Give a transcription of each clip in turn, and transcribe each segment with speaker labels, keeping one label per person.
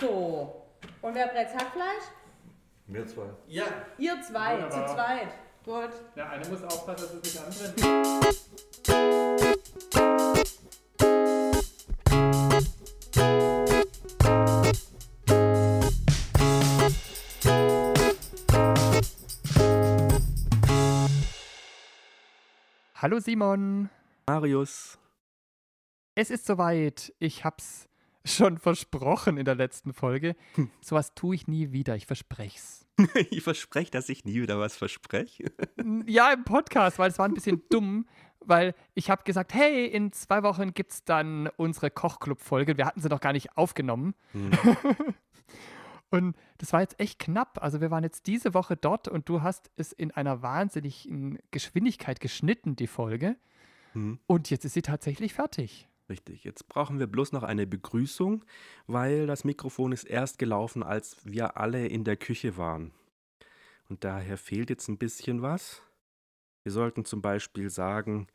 Speaker 1: So. Und wer brät Hackfleisch?
Speaker 2: Mir zwei.
Speaker 3: Ja,
Speaker 1: Ihr zwei,
Speaker 4: Wunderbar.
Speaker 1: zu zweit. Gut.
Speaker 4: Der eine muss aufpassen, dass es nicht anbrennt.
Speaker 5: Hallo Simon,
Speaker 6: Marius.
Speaker 5: es ist soweit. Ich hab's schon versprochen in der letzten Folge. Sowas tue ich nie wieder, ich versprech's.
Speaker 6: Ich verspreche, dass ich nie wieder was verspreche.
Speaker 5: N- Ja, im Podcast, weil es war ein bisschen dumm, weil ich habe gesagt, hey, in zwei Wochen gibt's dann unsere Kochclub-Folge. Wir hatten sie noch gar nicht aufgenommen. Und das war jetzt echt knapp. Also wir waren jetzt diese Woche dort und du hast es in einer wahnsinnigen Geschwindigkeit geschnitten, die Folge.
Speaker 6: Hm.
Speaker 5: Und jetzt ist sie tatsächlich fertig.
Speaker 6: Richtig, jetzt brauchen wir bloß noch eine Begrüßung, weil das Mikrofon ist erst gelaufen, als wir alle in der Küche waren. Und daher fehlt jetzt ein bisschen was. Wir sollten zum Beispiel sagen,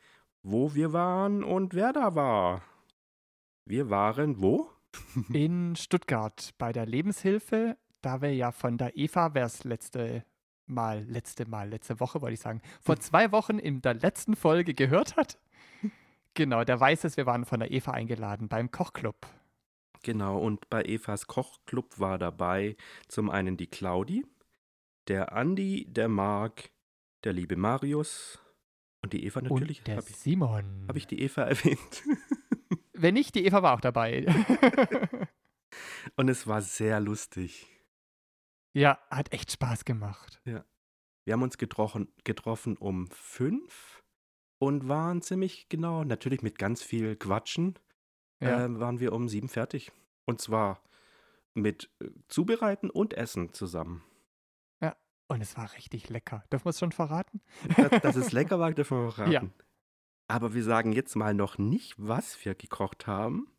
Speaker 6: wo wir waren und wer da war. Wir waren wo? Mhm.
Speaker 5: In Stuttgart bei der Lebenshilfe, da wir ja von der Eva, wer es letzte Mal, letzte Mal, letzte Woche wollte ich sagen,
Speaker 6: Mhm.
Speaker 5: vor zwei Wochen in der letzten Folge gehört hat. Genau, der weiß es, wir waren von der Eva eingeladen beim Kochclub.
Speaker 6: Genau, und bei Evas Kochclub war dabei zum einen die Claudi, der Andi, der Marc, der liebe Marius und die Eva natürlich.
Speaker 5: Und der
Speaker 6: Habe ich,
Speaker 5: Simon.
Speaker 6: hab ich die Eva erwähnt?
Speaker 5: Wenn nicht, die Eva war auch dabei.
Speaker 6: Und es war sehr lustig.
Speaker 5: ja, hat echt Spaß gemacht.
Speaker 6: Wir haben uns getroffen, getroffen um fünf und waren ziemlich genau, natürlich mit ganz viel Quatschen,
Speaker 5: Ja.
Speaker 6: äh, waren wir um sieben fertig. Und zwar mit äh, Zubereiten und Essen zusammen.
Speaker 5: Und es war richtig lecker. Dürfen wir es schon verraten?
Speaker 6: Dass, dass es lecker war, dürfen wir verraten.
Speaker 5: Ja.
Speaker 6: Aber wir sagen jetzt mal noch nicht, was wir gekocht haben.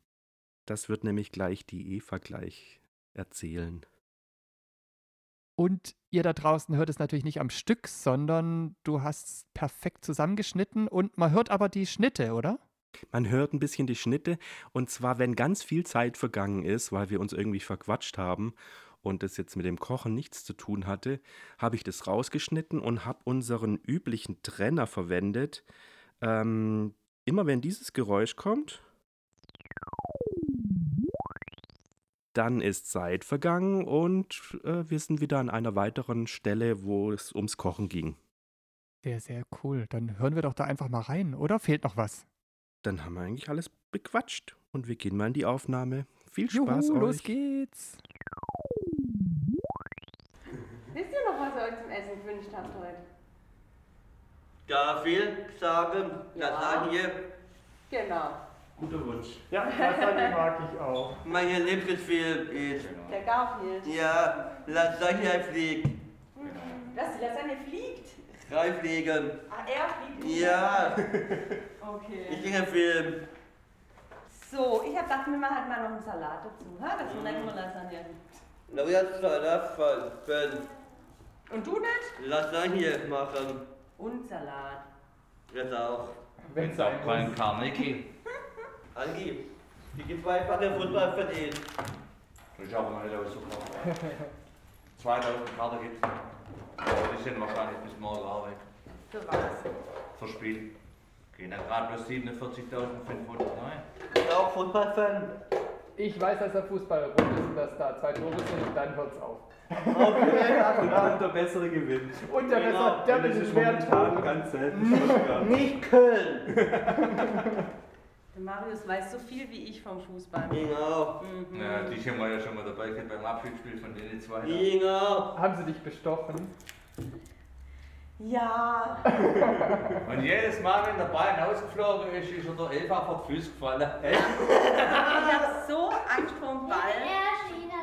Speaker 6: Das wird nämlich gleich die Eva gleich erzählen.
Speaker 5: Und ihr da draußen hört es natürlich nicht am Stück, sondern du hast es perfekt zusammengeschnitten und man hört aber die Schnitte, oder?
Speaker 6: Man hört ein bisschen die Schnitte. Und zwar, wenn ganz viel Zeit vergangen ist, weil wir uns irgendwie verquatscht haben und es jetzt mit dem Kochen nichts zu tun hatte, habe ich das rausgeschnitten und habe unseren üblichen Trenner verwendet. Ähm, immer wenn dieses Geräusch kommt, dann ist Zeit vergangen und äh, wir sind wieder an einer weiteren Stelle, wo es ums Kochen ging.
Speaker 5: Sehr, sehr cool. Dann hören wir doch da einfach mal rein, oder? Fehlt noch was?
Speaker 6: Dann haben wir eigentlich alles bequatscht und wir gehen mal in die Aufnahme. Viel Spaß euch.
Speaker 5: los geht's.
Speaker 1: Wisst ihr noch, was ihr euch zum Essen gewünscht habt heute?
Speaker 3: darf ich sagen,
Speaker 1: Ja.
Speaker 3: Lasagne,
Speaker 1: Genau.
Speaker 6: Guter Wunsch.
Speaker 4: Ja, Lasagne mag ich auch.
Speaker 3: mein Lieblingsfilm ist.
Speaker 7: Genau.
Speaker 1: Der Garfield.
Speaker 3: Ja, Lasagne fliegt,
Speaker 1: Was, die Lasagne fliegt?
Speaker 3: reinfliegen.
Speaker 1: Ah, er fliegt nicht.
Speaker 3: Ja, ich
Speaker 1: Okay.
Speaker 3: denke Film.
Speaker 1: So, ich hab gedacht, mir mal hat mal noch einen Salat dazu. Ha? Das ist nicht nur Lasagne.
Speaker 3: Na, wir sollen von, von
Speaker 1: Und du nicht?
Speaker 3: Lasagne machen.
Speaker 1: Und Salat.
Speaker 3: Das auch.
Speaker 4: Wenn es sein muss.
Speaker 7: Carnegie.
Speaker 3: Angie, die gibt zweifache Fußball verdient.
Speaker 7: Ich habe meine Leute so gekauft. 2000 Karten gibt es. Die sind wahrscheinlich bis morgen Arbeit.
Speaker 1: Für was?
Speaker 7: Verspielt. Gehen dann gerade nur 47.500 rein.
Speaker 3: Ist auch Fußballfan?
Speaker 5: Ich weiß, dass der Fußball rund ist und dass da zwei Tore sind und dann hört's auf.
Speaker 3: Okay, ja, klar.
Speaker 4: der bessere gewinnt.
Speaker 5: Und der
Speaker 3: Genau, Besser-
Speaker 4: Das ist momentan ganz selten.
Speaker 3: Nicht Köln.
Speaker 1: Der Marius weiß so viel wie ich vom Fußball.
Speaker 3: Genau,
Speaker 7: Ja, die sind wir ja schon mal dabei gewesen beim Abschiedsspiel von denen zwei. da.
Speaker 3: genau.
Speaker 5: Haben sie dich bestochen?
Speaker 1: Ja.
Speaker 7: Und jedes Mal, wenn der Ball hinausgeflogen ist, ist er der Elfer vor die Füße gefallen.
Speaker 1: Ich hab so Angst vor dem Ball.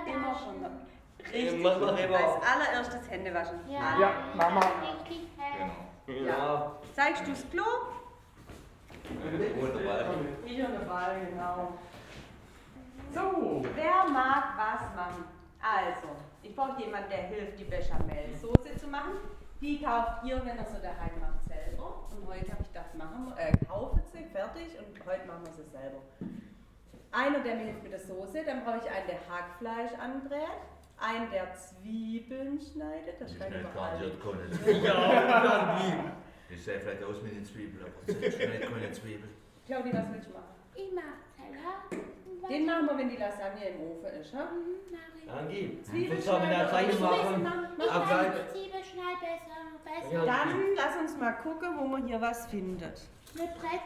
Speaker 1: Immer schon.
Speaker 8: Ball.
Speaker 1: Richtig.
Speaker 3: Mach mal immer.
Speaker 1: Als allererstes Hände waschen.
Speaker 5: Ja, Mama.
Speaker 7: Genau.
Speaker 3: Genau.
Speaker 1: Zeigst du's Klo?
Speaker 7: Wunderbar.
Speaker 1: Ich und der Ball, genau.
Speaker 4: So.
Speaker 1: Wer mag was machen? Also, ich brauche jemanden, der hilft, die Bechamel-Soße zu machen. Die kauft ihr, wenn ihr sie daheim macht, selber. Und heute habe ich das machen, äh, kaufe sie fertig und heute machen wir sie selber. Einer, der mir hilft mit der Soße, dann brauche ich einen, der Hackfleisch anbrät, einen, der Zwiebeln schneidet, das
Speaker 7: Ich
Speaker 1: schneide ich
Speaker 7: nicht
Speaker 1: überall.
Speaker 7: garantiert können. Ja, Ich sehe vielleicht aus mit den Zwiebeln, aber ich schneide keine Zwiebeln.
Speaker 1: Claudi, was willst du machen?
Speaker 2: Ich mach Salat.
Speaker 1: Den machen wir, wenn die Lasagne im Ofen ist, ha?
Speaker 3: Angie,
Speaker 1: Zwiebeln
Speaker 3: was soll man da
Speaker 1: schneiden.
Speaker 3: Zeichen machen?
Speaker 2: Mach
Speaker 3: Abseil-
Speaker 2: deine Zwiebel schnell besser.
Speaker 3: Ja.
Speaker 2: besser.
Speaker 1: Dann lass uns mal gucken, wo man hier was findet.
Speaker 2: Eine Brettlehre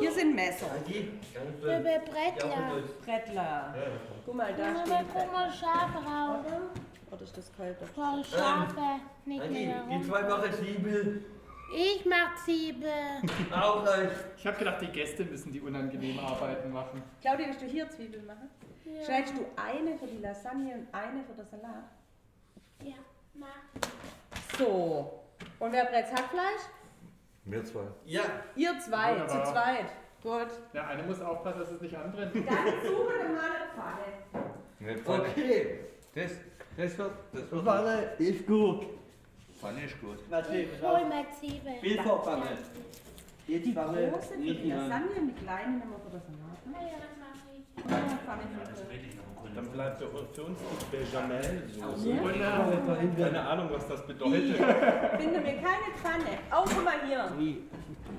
Speaker 1: Hier
Speaker 2: suchen.
Speaker 1: sind Messer.
Speaker 3: Angie, ganz
Speaker 2: Eine
Speaker 3: blöd. Ja,
Speaker 2: Brettlehre.
Speaker 3: gut.
Speaker 1: Brettler. Guck mal, da
Speaker 2: Nur
Speaker 1: steht
Speaker 2: mal guck
Speaker 1: Brettler.
Speaker 2: mal scharf raus.
Speaker 1: Oder ist das kalt? Doch.
Speaker 3: Ähm,
Speaker 2: Voll scharfe. Nicht
Speaker 3: Angie,
Speaker 2: mehr
Speaker 3: die
Speaker 2: rum.
Speaker 3: zwei Wochen Zwiebel,
Speaker 2: Ich mach Zwiebel.
Speaker 3: auch euch.
Speaker 5: Ich habe gedacht, die Gäste müssen die unangenehmen Arbeiten machen.
Speaker 1: Claudia, willst du hier Zwiebeln machen?
Speaker 2: Ja.
Speaker 1: Schneidest du eine für die Lasagne und eine für den Salat?
Speaker 2: Ja, mach.
Speaker 1: So. Und wer brät Hackfleisch?
Speaker 7: Mir zwei.
Speaker 3: Ja,
Speaker 1: Ihr zwei,
Speaker 5: Wunderbar.
Speaker 1: zu zweit. Gut.
Speaker 5: Der eine muss aufpassen, dass es nicht anbrennt.
Speaker 1: Dann suche wir mal eine Pfanne.
Speaker 7: Nicht Pfanne.
Speaker 3: okay.
Speaker 7: Das, das wird, das wird.
Speaker 3: Pfanne ist gut.
Speaker 7: Pfanne ist gut.
Speaker 3: Natürlich.
Speaker 2: Ich hol mal Zwiebeln.
Speaker 3: Viel Vorpfanne. Jetzt
Speaker 1: Die
Speaker 3: Pfanne
Speaker 1: große für
Speaker 3: nicht
Speaker 1: die
Speaker 3: mehr.
Speaker 1: Lasagne und die kleine nehmen wir für den Salat.
Speaker 2: Ja, ja, mach ich.
Speaker 1: Eine Pfanne für die-
Speaker 4: Dann bleibt für, für uns die Bechamel-Soße.
Speaker 1: Ja.
Speaker 4: Keine Ahnung, was das bedeutet.
Speaker 1: Ich Finde mir keine Pfanne. Oh, guck mal hier.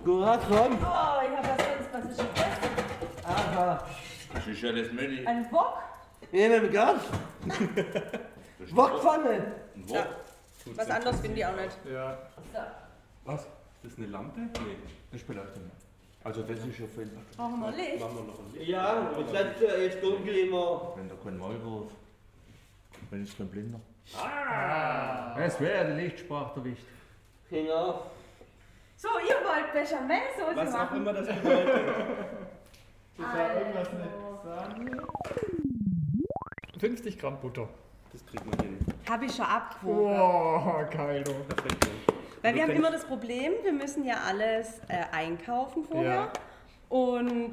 Speaker 3: Gut, komm.
Speaker 1: Oh, ich habe was sonst. Was ist denn das?
Speaker 3: Aha.
Speaker 7: Das ist ja das Müll.
Speaker 1: Ein Wok?
Speaker 3: Nehmen wir Gas. Wokpfanne.
Speaker 7: Ja.
Speaker 1: Was anderes finde ich auch nicht.
Speaker 5: Ja.
Speaker 1: So,
Speaker 6: Was? Das ist eine Lampe? Nee.
Speaker 7: Das beleuchtet mich.
Speaker 6: Also das ist ja viel.
Speaker 1: brauchen wir Licht.
Speaker 6: Machen wir noch ein Licht.
Speaker 3: Ja, äh, das letzte ist dunkel immer.
Speaker 7: Wenn da kein Maulwurf. Wenn ich kein Blinder.
Speaker 5: Ah.
Speaker 7: Es wäre der Lichtsprach der Wicht.
Speaker 3: Genau.
Speaker 1: So, ihr wollt Bechamelsoße
Speaker 4: Was auch
Speaker 1: machen.
Speaker 4: immer das bedeutet.
Speaker 5: Das war irgendwas nicht. sagen. 50 Gramm Butter.
Speaker 6: Das kriegt man hin.
Speaker 1: Habe ich schon abgewogen.
Speaker 5: Wow, Kaido.
Speaker 6: Perfekt.
Speaker 1: Weil wir
Speaker 6: Wir
Speaker 1: haben
Speaker 6: können-
Speaker 1: immer das Problem, wir müssen ja alles äh, einkaufen vorher.
Speaker 5: Ja.
Speaker 1: Und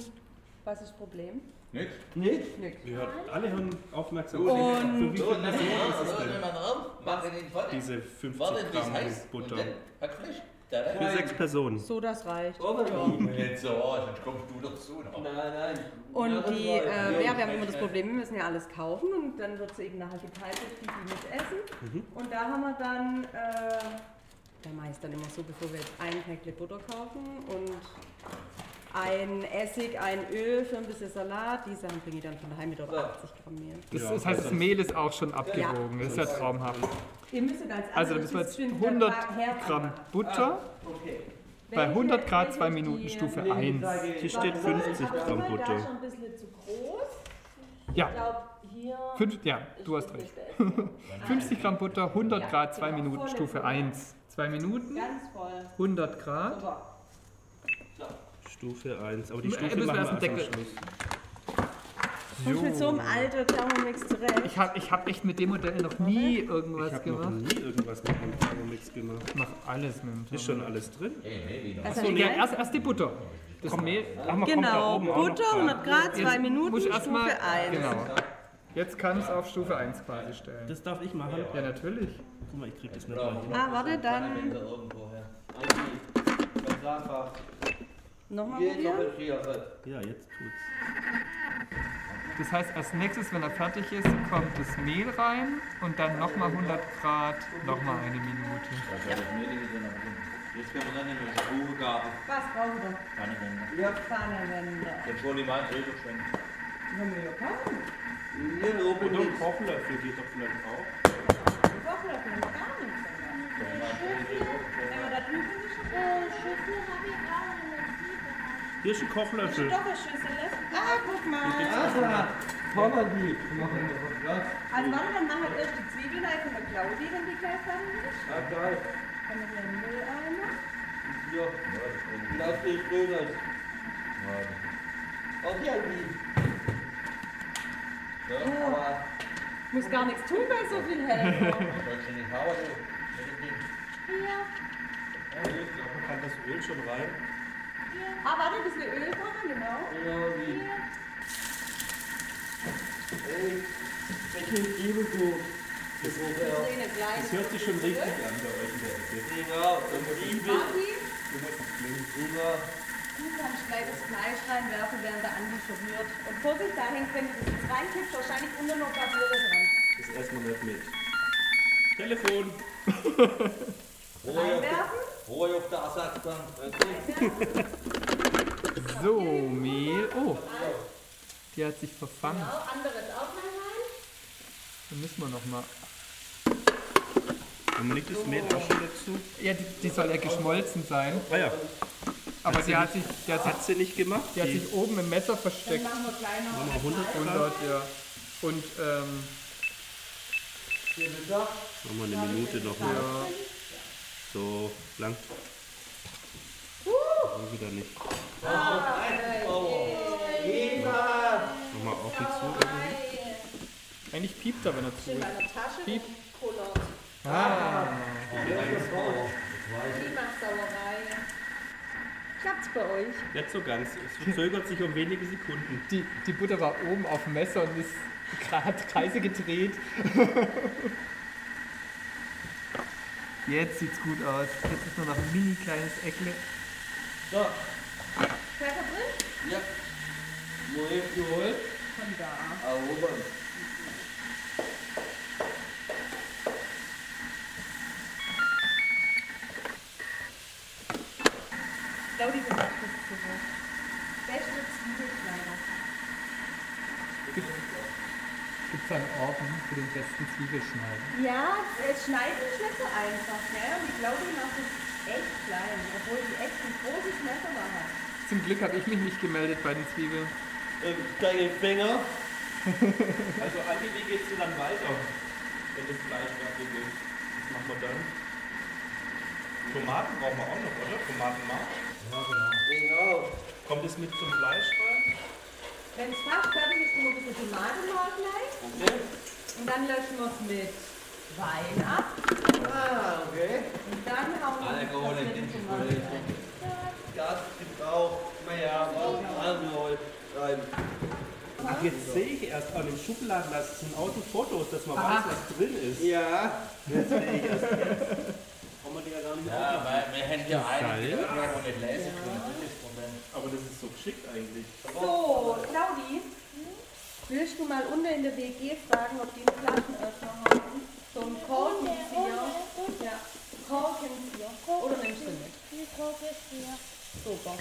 Speaker 1: was ist das Problem?
Speaker 7: Nix.
Speaker 3: Nicht?
Speaker 6: Wir hören alle hören aufmerksam zu.
Speaker 4: Oh.
Speaker 1: Und-
Speaker 6: Für wie viel Personen ist es
Speaker 8: Nimm
Speaker 6: denn?
Speaker 8: mal Raum, mach den in die Pfanne.
Speaker 6: Diese 50
Speaker 8: Warte, bis
Speaker 6: Gramm
Speaker 8: heiß und
Speaker 6: Butter.
Speaker 8: dann pack frisch. Da, da.
Speaker 6: Für sechs Personen.
Speaker 1: So, das reicht.
Speaker 3: Oder nicht?
Speaker 8: Nicht so, sonst kommst du dazu.
Speaker 3: Oh,
Speaker 5: ne?
Speaker 3: Nein,
Speaker 8: noch.
Speaker 3: nein.
Speaker 1: Und
Speaker 3: das
Speaker 1: die,
Speaker 3: war-
Speaker 1: äh, ja, wir haben
Speaker 8: ich
Speaker 1: immer das
Speaker 8: weiß.
Speaker 1: Problem, wir müssen ja alles kaufen und dann wird es eben nachher geteilt, dass die, die nicht essen.
Speaker 5: Mhm.
Speaker 1: Und da haben wir dann, äh, der meist dann immer so, bevor wir jetzt ein Päckle Butter kaufen und ein Essig, ein Öl für ein bisschen Salat, die Sachen bringe ich dann von daheim mit auf 80 Gramm Mehl.
Speaker 5: Das, das heißt, das Mehl ist auch schon abgewogen. Das ist ja traumhaft.
Speaker 1: Ihr müsstet als
Speaker 5: Also, da müssen wir jetzt 100 Gramm Butter.
Speaker 3: Okay.
Speaker 5: Bei
Speaker 1: Äh,
Speaker 5: 100 Grad 2 Minuten Stufe 1.
Speaker 6: Hier steht 50 Gramm
Speaker 1: Da ist
Speaker 6: Butter.
Speaker 1: schon ein bisschen zu groß. Ich
Speaker 5: Ja,
Speaker 1: glaube, hier.
Speaker 5: fünf, ja, du hast recht. 50 Gramm Butter, 100 Grad 2
Speaker 1: Genau.
Speaker 5: Minuten Stufe 1. 2 Minuten,
Speaker 1: Ganz voll.
Speaker 5: 100 Grad.
Speaker 1: Super.
Speaker 6: Stufe 1. Aber die
Speaker 5: Äh,
Speaker 6: Stufe
Speaker 5: müssen wir
Speaker 6: machen wir
Speaker 5: erst
Speaker 6: erst am
Speaker 5: einen Deckel-
Speaker 6: Schluss.
Speaker 1: So viel zum Alter, kann man nichts zurecht.
Speaker 5: Ich habe ich hab echt mit dem Modell noch nie
Speaker 6: Ich
Speaker 5: irgendwas
Speaker 6: habe noch
Speaker 5: gemacht.
Speaker 6: nie irgendwas mit dem Thermomix gemacht.
Speaker 5: Ich mach alles mit dem
Speaker 6: Ist schon alles drin?
Speaker 1: Also
Speaker 5: So, ja, erst, erst die Butter. Das Mehl.
Speaker 6: Ach, man kommt da
Speaker 1: Genau,
Speaker 6: oben auch noch
Speaker 1: Butter,
Speaker 6: dran.
Speaker 1: 100 Grad, 2
Speaker 5: Jetzt
Speaker 1: Minuten,
Speaker 5: muss ich erst mal-
Speaker 1: Stufe 1.
Speaker 5: Genau. Jetzt kann es auf Stufe 1 quasi stellen.
Speaker 6: Das darf ich machen.
Speaker 5: Ja, natürlich.
Speaker 6: Guck mal, ich krieg das nicht mal hin.
Speaker 1: Ah, warte, dann
Speaker 3: Angie, ganz einfach.
Speaker 1: nochmal
Speaker 3: Geht noch
Speaker 1: probieren.
Speaker 3: mit Schärfe.
Speaker 6: Ja, jetzt tut's.
Speaker 5: Das heißt, als nächstes, wenn er fertig ist, kommt das Mehl rein und dann nochmal 100 Grad, nochmal eine Minute.
Speaker 7: Jetzt können wir dann in der Schuhe gaben.
Speaker 1: Was brauchen wir?
Speaker 7: Keine Wände.
Speaker 1: Pfannenwender.
Speaker 7: Dann schon die Mann drüber schwenken.
Speaker 1: Haben wir ja kaufen.
Speaker 3: Hier oben
Speaker 6: Und ein
Speaker 3: nichts.
Speaker 6: Kochlöffel geht doch vielleicht auch.
Speaker 1: Die Woche läuft noch gar nichts. Wenn wir da drüben sind,
Speaker 2: Äh, Schüssel hab ich auch eine Zwiebel.
Speaker 6: Hier ist ein Kochlöffel.
Speaker 1: doch eine Schüssel. Ah, guck mal.
Speaker 3: Aha, komm mal die. Machen wir doch Gas.
Speaker 1: Also warte, dann machen wir erst die Zwiebeln rein von der Claudi, wenn die gleich fertig ist.
Speaker 3: Ah, geil.
Speaker 1: Dann machen wir den Mülleimer.
Speaker 3: Hier, lass dich drüber. Auch hier, Angie. Aber
Speaker 1: Muss gar nichts tun bei so viel Helfer.
Speaker 6: Ich
Speaker 2: Hier,
Speaker 6: glaube, man kann das Öl schon rein.
Speaker 1: ah, warte, ein bisschen Öl brauchen, genau.
Speaker 3: genau wie.
Speaker 2: hier.
Speaker 3: Ey, ich bin Liebe,
Speaker 6: Das,
Speaker 1: Das ist eine kleine.
Speaker 6: das hört sich schon richtig an bei euch in der Ecke.
Speaker 3: Genau, und Liebe.
Speaker 1: Martin,
Speaker 3: Prima.
Speaker 1: Du kannst gleich das Fleisch reinwerfen, während der Andi verrührt. Und Vorsicht, da hängt, wenn du das jetzt reinkippst, wahrscheinlich unten noch Papiere dran.
Speaker 6: Ist erstmal nicht mit.
Speaker 4: Telefon.
Speaker 1: Reinwerfen.
Speaker 8: Ruhe auf der Ersatzbank. Äh,
Speaker 5: So, Mehl. Oh, die hat sich verfangen.
Speaker 1: Genau, anderes auch mal rein.
Speaker 5: Dann müssen wir nochmal.
Speaker 6: Und liegt das Mehl auch schon dazu?
Speaker 5: Ja, die, die soll ja geschmolzen sein.
Speaker 6: Ah ja,
Speaker 5: Aber die hat sich, die hat sich,
Speaker 6: hat sie nicht gemacht?
Speaker 5: die hat sich oben im Messer versteckt.
Speaker 1: Machen wir kleiner.
Speaker 6: 100 Gramm.
Speaker 5: 100, ja. Und, ähm,
Speaker 6: Machen wir eine Minute nochmal.
Speaker 5: ja.
Speaker 6: So lang. Auch wieder nicht.
Speaker 4: Ah,
Speaker 6: Nochmal auf die zu.
Speaker 5: Eigentlich piept er, wenn er zu ist.
Speaker 1: Eine Tasche
Speaker 5: Piep.
Speaker 1: mit Kollort.
Speaker 5: Ah.
Speaker 1: Die macht Sauerei. Klappt's bei euch?
Speaker 4: Nicht so ganz. Es verzögert sich um wenige Sekunden.
Speaker 5: Die, die Butter war oben auf dem Messer und ist, hat Kreise gedreht. Jetzt sieht's gut aus. Jetzt ist nur noch ein mini kleines Eckle.
Speaker 1: Pfeffer drin?
Speaker 8: ja. Woher geholt?
Speaker 1: Von da.
Speaker 8: Erobern.
Speaker 1: Claudi, das ist das Gewürz. Beste Zwiebelkleider.
Speaker 5: Gibt's einen Orden für den besten Zwiebelschneiden?
Speaker 1: Ja, es schneiden ist nicht so einfach, ne? Und ich glaube, die macht es echt klein, obwohl die echt ein großes Messer war. hat.
Speaker 5: Zum Glück habe ich mich nicht gemeldet bei den Zwiebeln.
Speaker 3: Ähm, Deine Finger.
Speaker 4: Also Andi, wie geht's denn dann weiter? Wenn das Fleisch fertig ist. Was machen wir dann? Tomaten brauchen wir auch noch, oder? Tomatenmark.
Speaker 3: Genau.
Speaker 4: Kommt es mit zum Fleisch rein?
Speaker 1: Wenn es fast fertig ist, tun wir ein bisschen Tomatenmark gleich
Speaker 3: Okay.
Speaker 1: und dann löschen wir es mit Wein ab
Speaker 3: Ah, okay.
Speaker 1: und dann hauen wir
Speaker 8: Alkohol
Speaker 1: das mit
Speaker 8: in
Speaker 1: den
Speaker 8: den
Speaker 1: Tomaten
Speaker 8: Schwul.
Speaker 1: rein.
Speaker 3: Das gibt auch. Naja, auch Alkohol rein.
Speaker 4: Ach, jetzt sehe ich erst an den Schubladen, da sind außen Fotos, dass man weiß, was drin ist.
Speaker 3: Ja.
Speaker 4: Kann man die ja gar nicht
Speaker 8: Ja, weil wir haben hier einen, der noch nicht lesen können. Das ist das Problem.
Speaker 4: Aber das ist so geschickt eigentlich.
Speaker 1: So, Claudi, willst du mal unten in der WG fragen, ob die einen Flaschenöffner haben? So einen Korkenzieher. Ja, Korkenzieher. Oder nimmst du mit? Super.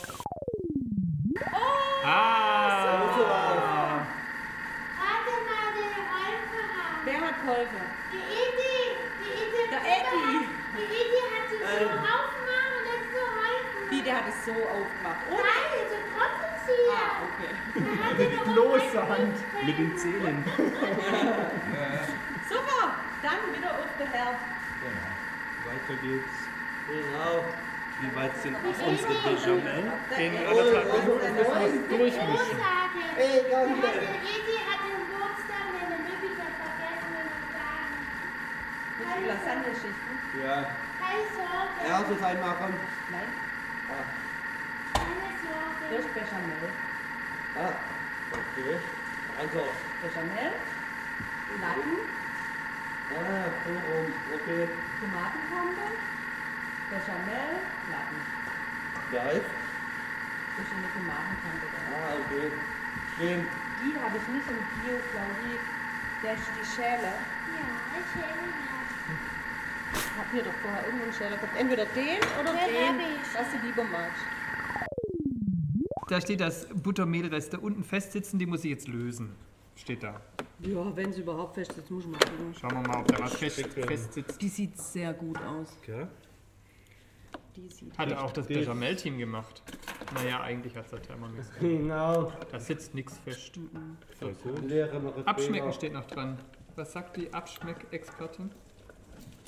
Speaker 2: Warte mal, der Rollenverrat.
Speaker 1: Wer hat geholfen?
Speaker 2: Die Edi, die Edi,
Speaker 1: Der Edi.
Speaker 2: die Edi hat sie so aufgemacht und dann so helfen.
Speaker 1: Wie, der hat es so aufgemacht. Und?
Speaker 2: Nein, so trotzdem sie
Speaker 1: Ah,
Speaker 2: ja.
Speaker 1: okay.
Speaker 2: Da hat sie noch
Speaker 5: Bloße Hand.
Speaker 6: Mit den Zähnen.
Speaker 1: Super, dann wieder auf der Herd.
Speaker 6: Weiter geht's.
Speaker 3: Genau.
Speaker 6: Wie weit sind
Speaker 2: unsere
Speaker 6: Bechamel?
Speaker 5: In anderthalb Minuten müssen wir es durchmischen.
Speaker 2: Großartig.
Speaker 3: Hey,
Speaker 2: Die
Speaker 3: komm
Speaker 2: hat
Speaker 3: hier.
Speaker 2: den Edi hat den Geburtstag, meine Baby hat vergessen, mir noch sagen.
Speaker 1: Mit die Lasagne-Schichten.
Speaker 3: Ja.
Speaker 2: Keine Sorge,
Speaker 3: Ja, das einmal komm.
Speaker 1: Nein,
Speaker 2: keine Sorge.
Speaker 1: durch Bechamel.
Speaker 3: Ah. Okay. Also.
Speaker 1: Bechamel, Latten,
Speaker 3: Ah, so rum. Okay.
Speaker 1: Tomatenpombe, Bechamel, Latten.
Speaker 3: Geil.
Speaker 1: Das ist eine Tomatenpombe. drin.
Speaker 3: Ah, okay. Stimmt.
Speaker 1: Die habe ich nicht im Bio, Claudi. Der ist die Schäle.
Speaker 2: Ja, ich schäme mich.
Speaker 1: Ich habe hier doch vorher irgendeinen Schäler gehabt. Entweder den oder
Speaker 2: Den
Speaker 1: den,
Speaker 2: hab ich.
Speaker 1: was du lieber magst.
Speaker 5: Da steht, dass Buttermehlreste unten festsitzen, die muss ich jetzt lösen. Steht da.
Speaker 1: Ja, wenn sie überhaupt fest ist, muss man gucken.
Speaker 5: Schauen wir mal, ob da was fest, festsitzt.
Speaker 1: Die sieht sehr gut aus.
Speaker 6: Ja.
Speaker 1: Die sieht
Speaker 5: Hat auch das Bechamel-Team gemacht. Naja, eigentlich hat es der Thermomix.
Speaker 3: Genau.
Speaker 5: Da sitzt nichts fest.
Speaker 3: Leere noch
Speaker 5: Abschmecken steht noch dran. Was sagt die Abschmeck-Expertin?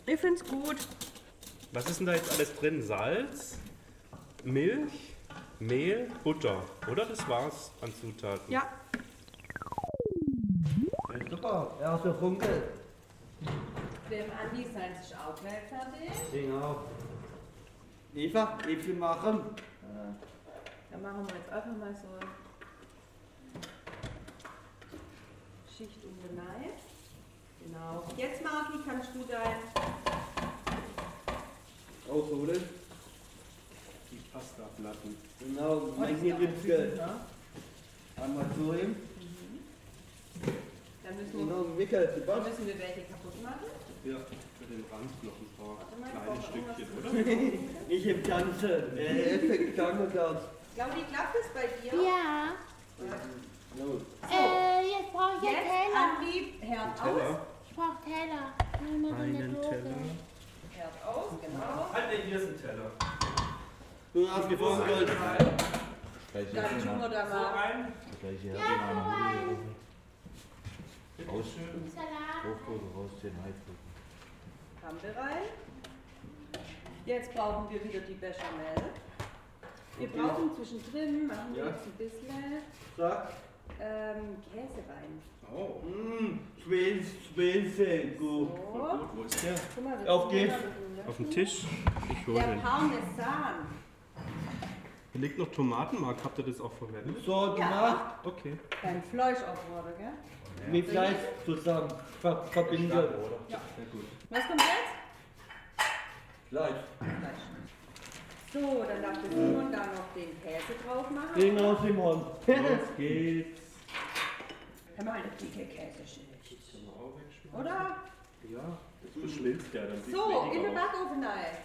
Speaker 1: Ich find's gut.
Speaker 6: Was ist denn da jetzt alles drin? Salz, Milch, Mehl, Butter. Oder das war's an Zutaten?
Speaker 1: Ja,
Speaker 3: Super. Erste Funkel.
Speaker 1: Dem Andi seins ist auch gleich fertig.
Speaker 3: Genau. Eva, Äpfel machen.
Speaker 1: Dann machen wir jetzt einfach mal so eine Schicht um den Neid. Genau. Jetzt, Marki, kannst du dein.
Speaker 3: Ausholen.
Speaker 4: Die Pasta.
Speaker 3: Platten. Genau, manche gibt Geld. Einmal zu ihm.
Speaker 8: Dann müssen wir,
Speaker 3: Genau, gewickelt, gebacken.
Speaker 8: müssen wir welche kaputt machen.
Speaker 3: Ja.
Speaker 6: Für den Randblocken vor.
Speaker 8: Warte mal, ich
Speaker 6: Kleine
Speaker 8: brauche irgendwas.
Speaker 6: Stückchen, oder?
Speaker 3: Nicht im Ganzen. Der Effekt danke Gott.
Speaker 8: Claudi, klappt es bei dir?
Speaker 2: Ja.
Speaker 3: Los.
Speaker 2: Äh, jetzt brauche ich einen
Speaker 8: Jetzt
Speaker 2: Teller.
Speaker 1: Ah,
Speaker 8: an die Herd aus.
Speaker 2: Ich brauche Teller. Nimm mal eine Dose.
Speaker 8: Herd aus, genau.
Speaker 6: Halt, nee, hier ist ein Teller.
Speaker 3: Du hast gewonnen, Gold.
Speaker 7: Gleich hier
Speaker 8: Dann tun wir
Speaker 7: jemand.
Speaker 8: da
Speaker 6: So
Speaker 8: mal.
Speaker 6: rein.
Speaker 7: Gleich hier
Speaker 2: Ja,
Speaker 7: hat
Speaker 2: so
Speaker 7: jemand.
Speaker 2: ein
Speaker 7: Rausschütteln.
Speaker 2: Salat.
Speaker 7: Hochkurve rausziehen, Halbkurve.
Speaker 8: Kampel rein. Jetzt brauchen wir wieder die Bechamel. Wir brauchen zwischendrin, machen wir
Speaker 3: Ja.
Speaker 8: jetzt ein bisschen
Speaker 3: Zack.
Speaker 8: ähm, Käse rein.
Speaker 6: Oh.
Speaker 3: Mh, Hm, Schwänz, Schwänze, gut.
Speaker 8: So.
Speaker 6: Wo ist der?
Speaker 8: Guck mal, das
Speaker 3: Auf
Speaker 8: ist
Speaker 3: geht's.
Speaker 8: wunderbar.
Speaker 1: Auf dem Tisch. Ich hole
Speaker 8: Der
Speaker 1: den.
Speaker 8: Parmesan.
Speaker 6: Hier liegt noch Tomatenmark. Habt ihr das auch verwendet?
Speaker 3: So, du machst
Speaker 6: Okay.
Speaker 8: Dein Fleisch aufgebraten, gell?
Speaker 3: mit Fleisch zusammen ver verbinden.
Speaker 8: Was kommt jetzt?
Speaker 3: Fleisch.
Speaker 8: Fleisch. So, dann darf der Simon da noch den Käse drauf machen.
Speaker 3: Genau, Simon.
Speaker 6: Los geht's.
Speaker 8: Hör mal, eine dicke Käseschicht. Oder?
Speaker 6: Ja, jetzt beschmilzt der dann. sieht's
Speaker 8: So, in
Speaker 6: weniger
Speaker 8: den
Speaker 6: aus.
Speaker 8: Backofen rein.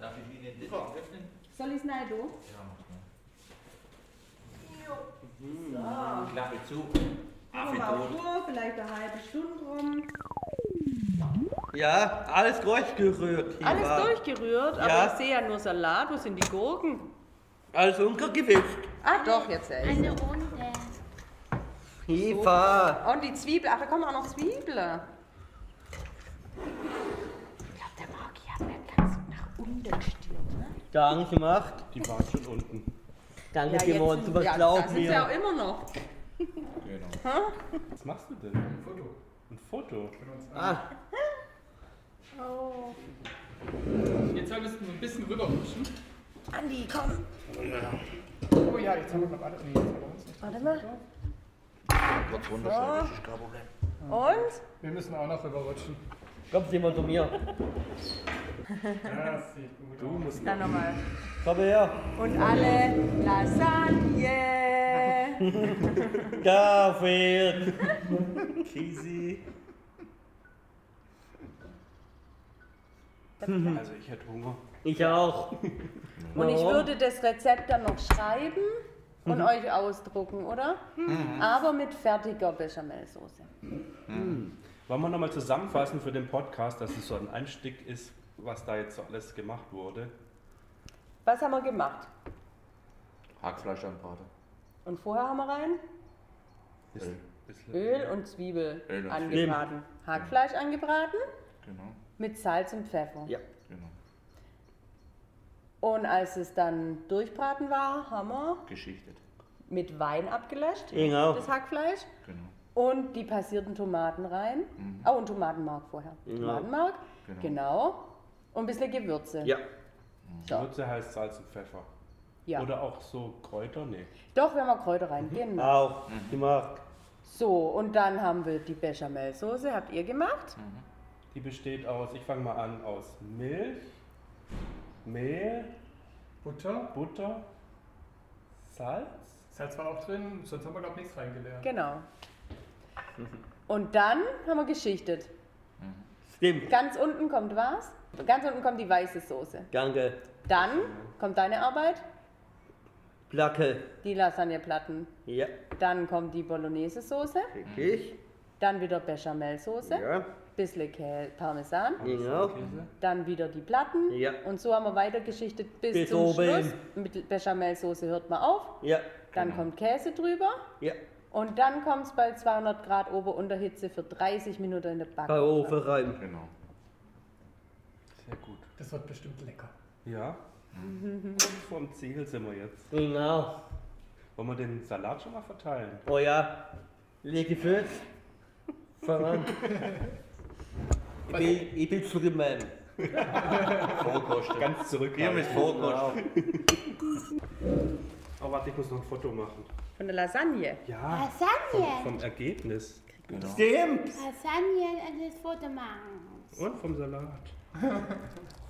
Speaker 7: Darf ich Ihnen den öffnen?
Speaker 8: Soll ich es rein tun?
Speaker 7: Ja, mach mal.
Speaker 8: So.
Speaker 7: Klappe zu.
Speaker 8: Machen
Speaker 7: Affe
Speaker 8: wir mal
Speaker 7: tot.
Speaker 8: auf Ruhe, vielleicht eine halbe Stunde rum.
Speaker 3: Ja, alles durchgerührt. hier
Speaker 8: Alles
Speaker 3: war.
Speaker 8: durchgerührt, aber
Speaker 3: Ja.
Speaker 8: ich sehe ja nur Salat. Wo sind die Gurken?
Speaker 3: Alles untergewischt.
Speaker 8: Ah, doch, jetzt sehe ich
Speaker 2: Eine Runde.
Speaker 3: Eva.
Speaker 8: Und die Zwiebel. Ach, da kommen auch noch Zwiebeln. Ich glaube, der Marki hat mir ganz nach unten stirbt, ne?
Speaker 3: Danke gemacht.
Speaker 6: Die war schon unten.
Speaker 3: Danke, Simon.
Speaker 8: sind-
Speaker 3: Super,
Speaker 8: ja,
Speaker 3: glaub
Speaker 8: das ist ja auch
Speaker 3: mir.
Speaker 8: immer noch.
Speaker 6: Was machst du denn? Ein Foto. Ein Foto?
Speaker 3: Ah,
Speaker 9: Jetzt solltest du ein bisschen rüberrutschen.
Speaker 8: Andi, komm.
Speaker 9: Oh ja, jetzt haben wir noch alle. Nee, jetzt haben wir uns nicht.
Speaker 8: Warte mal.
Speaker 7: Kurz runterstellen, das ist kein Problem.
Speaker 8: Und?
Speaker 9: Wir müssen auch noch rüberrutschen.
Speaker 3: komm, Simon, zu mir.
Speaker 9: Das sieht gut
Speaker 6: Du
Speaker 9: aus.
Speaker 6: musst
Speaker 8: Dann nochmal.
Speaker 3: Komm her.
Speaker 8: Und alle Lasagne.
Speaker 3: Garfield.
Speaker 6: Easy. Also ich hätte Hunger.
Speaker 3: Ich auch.
Speaker 8: Und ich würde das Rezept dann noch schreiben und euch ausdrucken, oder? Aber mit fertiger Bechamelsoße.
Speaker 6: Wollen wir nochmal zusammenfassen für den Podcast, dass es so ein Einstieg ist, was da jetzt so alles gemacht wurde?
Speaker 8: Was haben wir gemacht?
Speaker 7: Hackfleisch anbraten.
Speaker 8: Und vorher haben wir rein
Speaker 6: Ist, ist
Speaker 8: Öl und Zwiebel
Speaker 7: Öl und
Speaker 8: angebraten. Hackfleisch angebraten
Speaker 7: Genau,
Speaker 8: mit Salz und Pfeffer.
Speaker 3: Ja.
Speaker 7: genau.
Speaker 8: Und als es dann durchbraten war, haben wir
Speaker 7: Geschichtet.
Speaker 8: mit Wein abgelöscht,
Speaker 3: Genau.
Speaker 8: das Hackfleisch.
Speaker 7: Genau. Mhm.
Speaker 8: Und die passierten Tomaten rein. Oh, und Tomatenmark vorher. Tomatenmark, genau.
Speaker 7: Genau.
Speaker 8: Und ein bisschen Gewürze.
Speaker 3: Ja.
Speaker 8: So.
Speaker 6: Würze heißt Salz und Pfeffer.
Speaker 8: ja.
Speaker 6: Oder auch so Kräuter? Nee.
Speaker 8: Doch, wir haben auch Kräuter rein. Genau.
Speaker 3: Mhm. Auch. Gemacht.
Speaker 8: So, und dann haben wir die Bechamelsoße, habt ihr gemacht.
Speaker 3: Mhm.
Speaker 6: Die besteht aus, ich fange mal an, aus Milch, Mehl,
Speaker 9: Butter.
Speaker 6: Butter, Salz.
Speaker 9: Salz war auch drin, sonst haben wir, glaube ich, nichts reingelernt.
Speaker 8: Genau. Und dann haben wir geschichtet.
Speaker 3: Stimmt.
Speaker 8: Ganz unten kommt was? Ganz unten kommt die weiße Soße.
Speaker 3: Danke.
Speaker 8: Dann
Speaker 3: Mhm.
Speaker 8: kommt deine Arbeit,
Speaker 3: Placke.
Speaker 8: die Lasagneplatten.
Speaker 3: Ja. Hm.
Speaker 8: Dann kommt die Bolognese-Soße.
Speaker 3: Richtig.
Speaker 8: Dann wieder Bechamelsoße.
Speaker 3: Ja.
Speaker 8: Bisschen Kä Parmesan.
Speaker 3: Genau.
Speaker 8: Dann wieder die Platten.
Speaker 3: Ja.
Speaker 8: Und so haben wir weitergeschichtet bis,
Speaker 3: Bis
Speaker 8: zum
Speaker 3: oben. Genau.
Speaker 8: Schluss. Mit Bechamelsoße hört man auf.
Speaker 3: Ja.
Speaker 8: Dann kommt Käse drüber.
Speaker 3: Ja.
Speaker 8: Und dann kommt es bei 200 Grad Ober-Unterhitze für 30 Minuten in der
Speaker 3: Bei
Speaker 8: Backofen.
Speaker 3: Ofen rein.
Speaker 7: Genau.
Speaker 6: Sehr gut.
Speaker 9: Das wird bestimmt lecker.
Speaker 6: Ja. Kurz vorm Ziel sind wir jetzt.
Speaker 3: Genau.
Speaker 6: Wollen wir den Salat schon mal verteilen?
Speaker 3: Oh ja, lege Füße. Voran. ich, bin, ich bin zu dem Mann.
Speaker 7: Vorkosten.
Speaker 6: Ganz zurück.
Speaker 7: Hier mit Vorkosten.
Speaker 3: Genau.
Speaker 6: Oh, warte, ich muss noch ein Foto machen.
Speaker 8: Von der Lasagne.
Speaker 6: Ja, vom,
Speaker 2: Lasagne.
Speaker 6: vom Ergebnis.
Speaker 3: Stimmt.
Speaker 2: Lasagne, das Foto machen.
Speaker 6: Und vom Salat.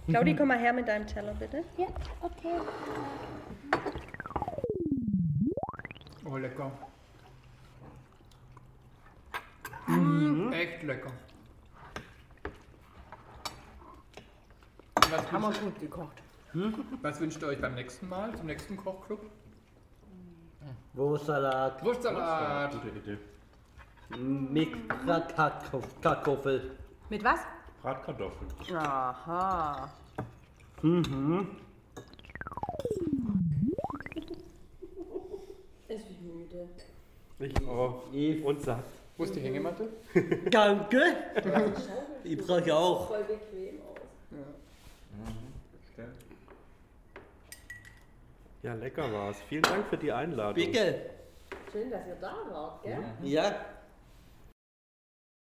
Speaker 8: Claudi, komm mal her mit deinem Teller, bitte.
Speaker 2: Ja, okay.
Speaker 5: Oh, lecker.
Speaker 8: Mhm.
Speaker 5: Echt lecker. Was
Speaker 8: Haben wir
Speaker 5: wünscht,
Speaker 8: gut gekocht.
Speaker 5: was wünscht ihr euch beim nächsten Mal, zum nächsten Kochclub?
Speaker 3: Wurstsalat,
Speaker 5: Wurstsalat.
Speaker 10: Gute Idee.
Speaker 3: mit Bratkartoffel.
Speaker 8: Mit was?
Speaker 10: Bratkartoffeln.
Speaker 8: Aha. Mhm. Ist mich müde.
Speaker 6: Ich auch. Und satt.
Speaker 5: Wo ist die Hängematte?
Speaker 3: Danke. Die brauche ich auch.
Speaker 8: Voll bequem aus.
Speaker 6: Ja, lecker war's. Vielen Dank für die Einladung.
Speaker 3: Bicke.
Speaker 8: Schön, dass ihr da wart, gell?
Speaker 3: Ja,